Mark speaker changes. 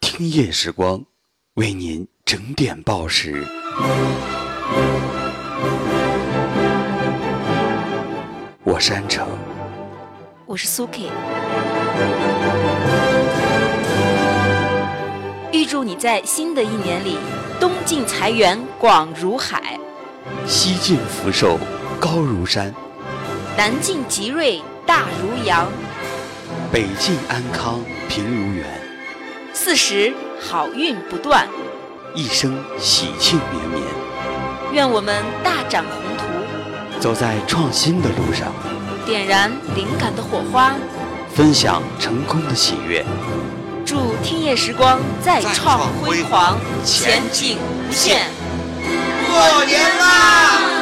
Speaker 1: 听夜时光，为您整点报时。我山城，
Speaker 2: 我是苏 K。预祝你在新的一年里东进财源广如海，
Speaker 1: 西晋福寿高如山，
Speaker 2: 南进吉瑞大如洋，
Speaker 1: 北晋安康贫如园，
Speaker 2: 四时好运不断。
Speaker 1: 一生喜庆绵绵。
Speaker 2: 愿我们大展宏图，
Speaker 1: 走在创新的路上，
Speaker 2: 点燃灵感的火花，
Speaker 1: 分享成功的喜悦。
Speaker 2: 祝听夜时光再
Speaker 3: 再
Speaker 2: 创
Speaker 3: 创
Speaker 2: 辉
Speaker 3: 辉
Speaker 2: 煌，
Speaker 3: 前
Speaker 2: 前景无限。
Speaker 3: 过年啦！